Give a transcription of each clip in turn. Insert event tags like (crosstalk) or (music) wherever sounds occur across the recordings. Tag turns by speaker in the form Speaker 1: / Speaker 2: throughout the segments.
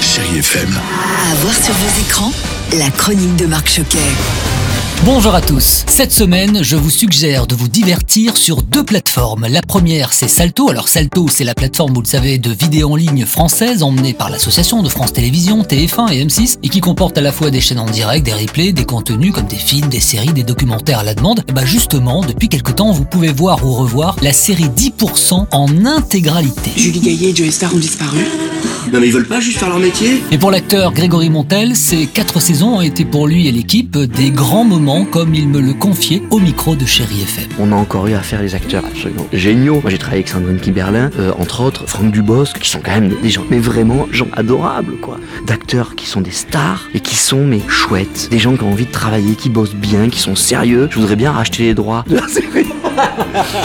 Speaker 1: Chérie FM.
Speaker 2: À voir sur vos écrans, la chronique de Marc Choquet.
Speaker 3: Bonjour à tous. Cette semaine, je vous suggère de vous divertir sur deux plateformes. La première, c'est Salto. Alors Salto, c'est la plateforme, vous le savez, de vidéos en ligne française emmenée par l'association de France Télévisions, TF1 et M6 et qui comporte à la fois des chaînes en direct, des replays, des contenus comme des films, des séries, des documentaires à la demande. Et bah justement, depuis quelque temps, vous pouvez voir ou revoir la série 10% en intégralité.
Speaker 4: Julie Gaillet et Joey Star ont disparu.
Speaker 5: Non mais ils veulent pas juste faire leur métier
Speaker 3: Et pour l'acteur Grégory Montel, ces quatre saisons ont été pour lui et l'équipe des grands moments, comme il me le confiait au micro de Chéri FM.
Speaker 5: On a encore eu à faire des acteurs absolument géniaux. Moi j'ai travaillé avec Sandrine Kiberlin, euh, entre autres Franck Dubosc, qui sont quand même des gens, mais vraiment gens adorables quoi. D'acteurs qui sont des stars et qui sont mais chouettes. Des gens qui ont envie de travailler, qui bossent bien, qui sont sérieux. Je voudrais bien racheter les droits (laughs) de la série.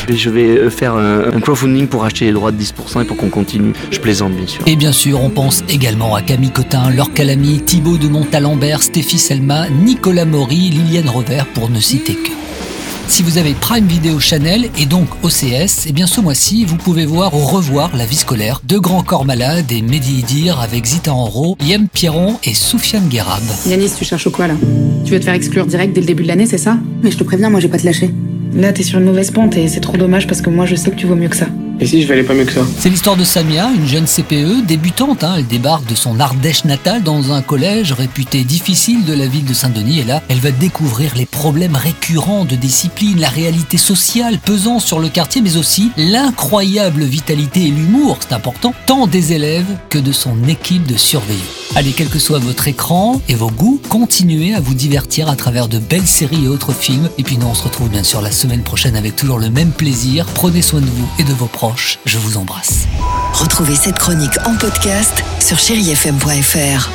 Speaker 5: Et Je vais euh, faire un, un crowdfunding pour acheter les droits de 10% et pour qu'on continue. Je plaisante bien sûr.
Speaker 3: Et bien sûr, on pense également à Camille Cotin, Laure Calamy, Thibaut de Montalembert, Stéphie Selma, Nicolas Maury, Liliane Revers, pour ne citer que. Si vous avez Prime Video Channel et donc OCS, eh bien ce mois-ci, vous pouvez voir ou revoir La vie scolaire de Grand Corps Malade et Mehdi Idir avec Zita Enro, Yem Pierron et Soufiane Guérab.
Speaker 6: Yanis, tu cherches au quoi là Tu veux te faire exclure direct dès le début de l'année, c'est ça Mais je te préviens, moi je vais pas te lâcher. Là, t'es sur une mauvaise pente et c'est trop dommage parce que moi je sais que tu vaux mieux que ça.
Speaker 4: Et si je vais aller pas mieux que ça
Speaker 3: C'est l'histoire de Samia, une jeune CPE débutante. hein. Elle débarque de son Ardèche natale dans un collège réputé difficile de la ville de Saint-Denis. Et là, elle va découvrir les problèmes récurrents de discipline, la réalité sociale pesant sur le quartier, mais aussi l'incroyable vitalité et l'humour, c'est important, tant des élèves que de son équipe de surveillants. Allez, quel que soit votre écran et vos goûts, continuez à vous divertir à travers de belles séries et autres films. Et puis nous, on se retrouve bien sûr la semaine prochaine avec toujours le même plaisir. Prenez soin de vous et de vos proches. Je vous embrasse.
Speaker 2: Retrouvez cette chronique en podcast sur chérifm.fr.